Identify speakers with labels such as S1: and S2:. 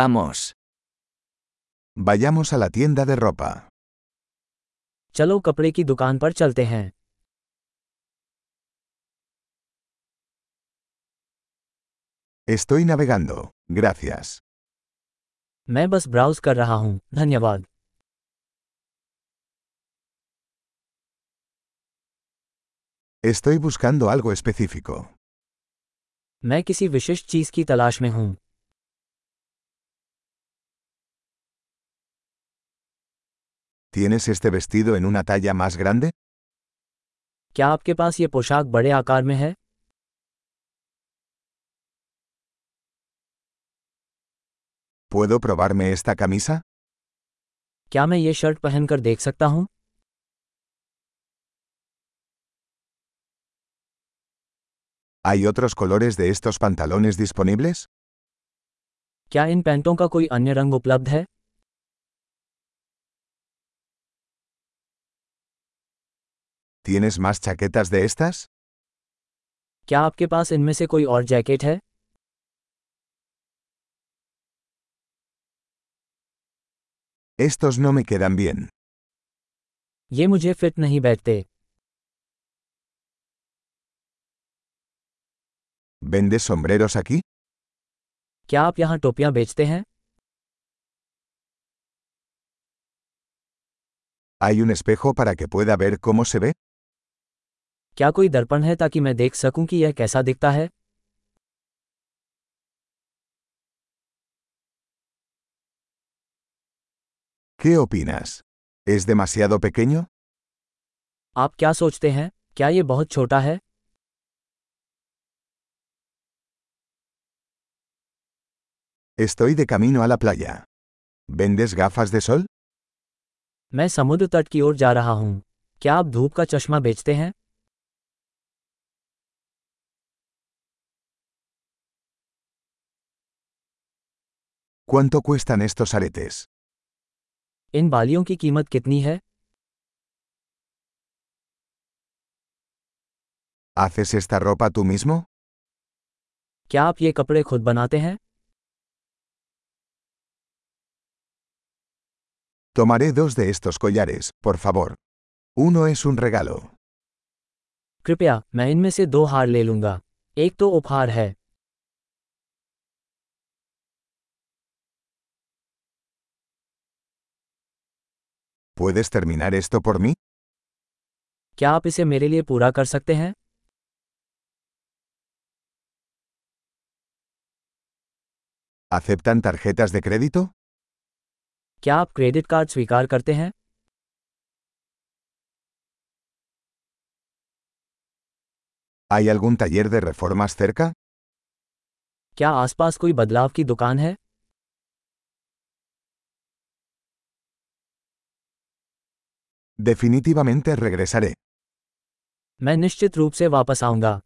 S1: Vamos.
S2: Vayamos a la tienda de ropa.
S3: चलो कपड़े की दुकान पर चलते हैं
S2: Estoy navegando, gracias.
S3: मैं बस ब्राउज कर रहा हूँ धन्यवाद
S2: Estoy buscando algo específico.
S3: मैं किसी विशिष्ट चीज़ की तलाश में हूँ
S2: ¿Tienes este vestido en una talla más grande?
S3: क्या आपके पास ये पोशाक बड़े आकार में है
S2: ¿Puedo probarme esta camisa?
S3: क्या मैं ये शर्ट पहनकर देख सकता हूँ
S2: ¿Hay otros colores de estos pantalones disponibles?
S3: क्या इन पैंटों का कोई अन्य रंग उपलब्ध है
S2: ¿Tienes más chaquetas de estas?
S3: क्या आपके पास इनमें से कोई और जैकेट है
S2: Estos no me quedan bien.
S3: ये मुझे फिट नहीं बैठते
S2: ¿Vendes sombreros aquí?
S3: क्या आप यहाँ टोपियाँ बेचते हैं
S2: ¿Hay un espejo para que pueda ver cómo se ve?
S3: क्या कोई दर्पण है ताकि मैं देख सकूं कि यह कैसा दिखता है
S2: ¿Qué opinas? ¿Es demasiado pequeño?
S3: आप क्या सोचते हैं क्या ये बहुत छोटा है
S2: Estoy de camino a la playa. ¿Vendes gafas de sol?
S3: मैं समुद्र तट की ओर जा रहा हूँ क्या आप धूप का चश्मा बेचते हैं
S2: ¿Cuánto cuestan estos aretes?
S3: इन बालियों की कीमत कितनी है
S2: ¿Haces esta ropa tú mismo?
S3: क्या आप ये कपड़े खुद बनाते हैं
S2: Tomaré dos de estos collares, por favor. Uno es un regalo.
S3: कृपया मैं इनमें से दो हार ले लूंगा एक तो उपहार है
S2: ¿Puedes terminar esto por mí?
S3: क्या आप इसे मेरे लिए पूरा कर सकते हैं
S2: ¿Aceptan tarjetas de crédito?
S3: क्या आप क्रेडिट कार्ड स्वीकार करते हैं
S2: ¿Hay algún taller de reformas cerca?
S3: क्या आसपास कोई बदलाव की दुकान है
S2: Definitivamente regresaré.
S3: मैं निश्चित रूप से वापस आऊंगा